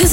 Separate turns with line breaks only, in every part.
this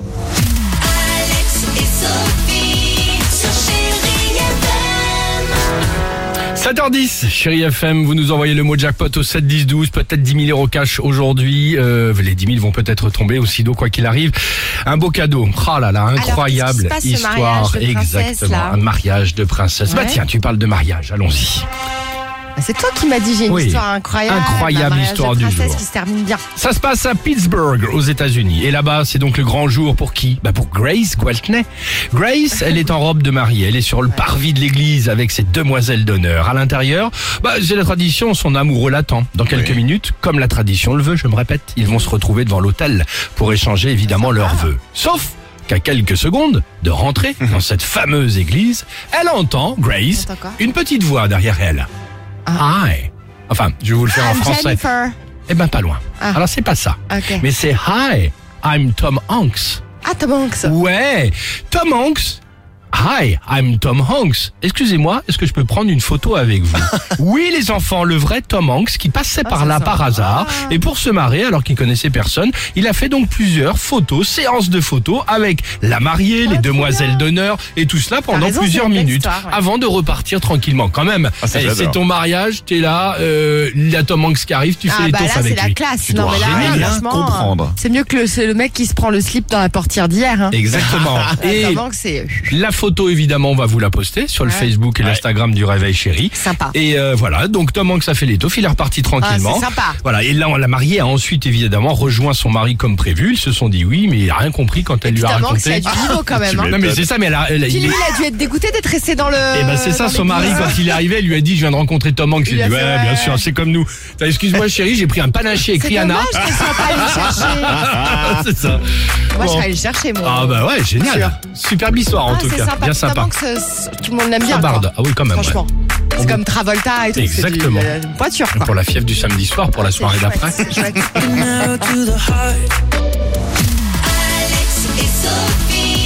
Alex et Sophie sur Chéri FM.
7h10, chérie FM, vous nous envoyez le mot jackpot au 7 10 12, peut-être 10 000 euros cash aujourd'hui. Euh, les 10 000 vont peut-être tomber aussi d'eau quoi qu'il arrive. Un beau cadeau, ah là là, incroyable
qu'est-ce qui se passe,
histoire,
ce mariage de princesse,
exactement,
là
un mariage de princesse. Bah
Ouais.
tiens, tu parles de mariage, allons-y.
C'est toi qui m'as dit j'ai une
Oui.
histoire incroyable. Bah,
Incroyable
un mariage
histoire du
de princesse
jour.
qui se termine bien.
Ça se passe à Pittsburgh, aux États-Unis. Et là-bas, c'est donc le grand jour pour qui Bah pour Grace Gwaltney. Grace, elle est en robe de mariée. Elle est sur le parvis de l'église avec ses demoiselles d'honneur. À l'intérieur, bah c'est la tradition. Son amoureux l'attend. Dans quelques minutes, comme la tradition le veut, je me répète, ils vont se retrouver devant l'hôtel pour échanger évidemment leurs vœux. Sauf qu'à quelques secondes de rentrer dans cette fameuse église, elle entend, Grace,
Attends, quoi
une petite voix derrière elle. Hi. Enfin, je vais vous le faire en
I'm
français.
Ah, Jennifer.
Eh ben pas loin.
Ah.
Alors c'est pas ça.
Ok.
Mais c'est Hi, I'm Tom Hanks.
Ah, Tom Hanks.
Ouais, Tom Hanks. Hi, I'm Tom Hanks. Excusez-moi, est-ce que je peux prendre une photo avec vous Oui, les enfants, le vrai Tom Hanks qui passait
Ah,
par là par hasard et pour se marrer, alors qu'il connaissait personne, il a fait donc plusieurs photos, séances de photos avec la mariée,
Ah,
les demoiselles d'honneur et tout cela pendant
raison,
plusieurs
c'est une belle
minutes
histoire, ouais.
avant de repartir tranquillement. Quand même,
Ah, ça,
eh,
j'adore.
c'est ton mariage, t'es là, euh, il y a Tom Hanks qui arrive, tu fais
Ah
les
bah
toffes
là c'est
avec
la
lui.
classe.
Tu
Non
dois
mais
rien
là franchement, euh,
comprendre.
C'est mieux que le, c'est le mec qui se prend le slip dans la portière d'hier. Hein.
Exactement. Et
Tom Hanks c'est
la photo, évidemment, on va vous la poster sur le
Ouais.
Facebook et l'Instagram du Réveil Chéri.
sympa.
Et euh, voilà, donc Tom Hanks a fait l'étoffe, il est reparti tranquillement.
Ah, c'est sympa.
Voilà, et là, on- la mariée a ensuite, évidemment, rejoint son mari comme prévu. Ils se sont dit oui, mais il a rien compris quand elle lui a
Tom Hanks il a
raconté. Ah,
du niveau quand même.
tu
Hein.
m'étonnes.
Non, mais c'est ça, mais elle a... elle a-
Puis
il
lui
est-
il a dû être dégoûté d'être resté dans le.
Eh ben c'est ça,
dans
son mari
l'église.
quand il est arrivé, elle lui a dit je viens de rencontrer Tom Hanks. Il
Il
a
a
dit
fait,
ouais, bien
ouais.
sûr, c'est comme nous. T'as, Excuse-moi chérie, j'ai pris un panaché
C'est
écrit Anna.
dommage qu'elle soit pas allée le chercher.
c'est ça.
Moi je
Bon.
serais allée le chercher moi.
Ah bah ouais,
Sûr.
génial. Superbe histoire en
Ah,
tout
c'est
cas, bien
sympa. Tom
sympa.
Hanks, euh, tout le monde l'aime bien.
Ça barde.
quoi.
Ah oui quand même. ouais.
Franchement, c'est comme Travolta et tout. c'est du-
Exactement.
euh, Une voiture quoi.
Pour la fièvre du samedi soir, pour la
C'est
soirée
chouette,
d'après.
c'est chouette.
Alex et Sophie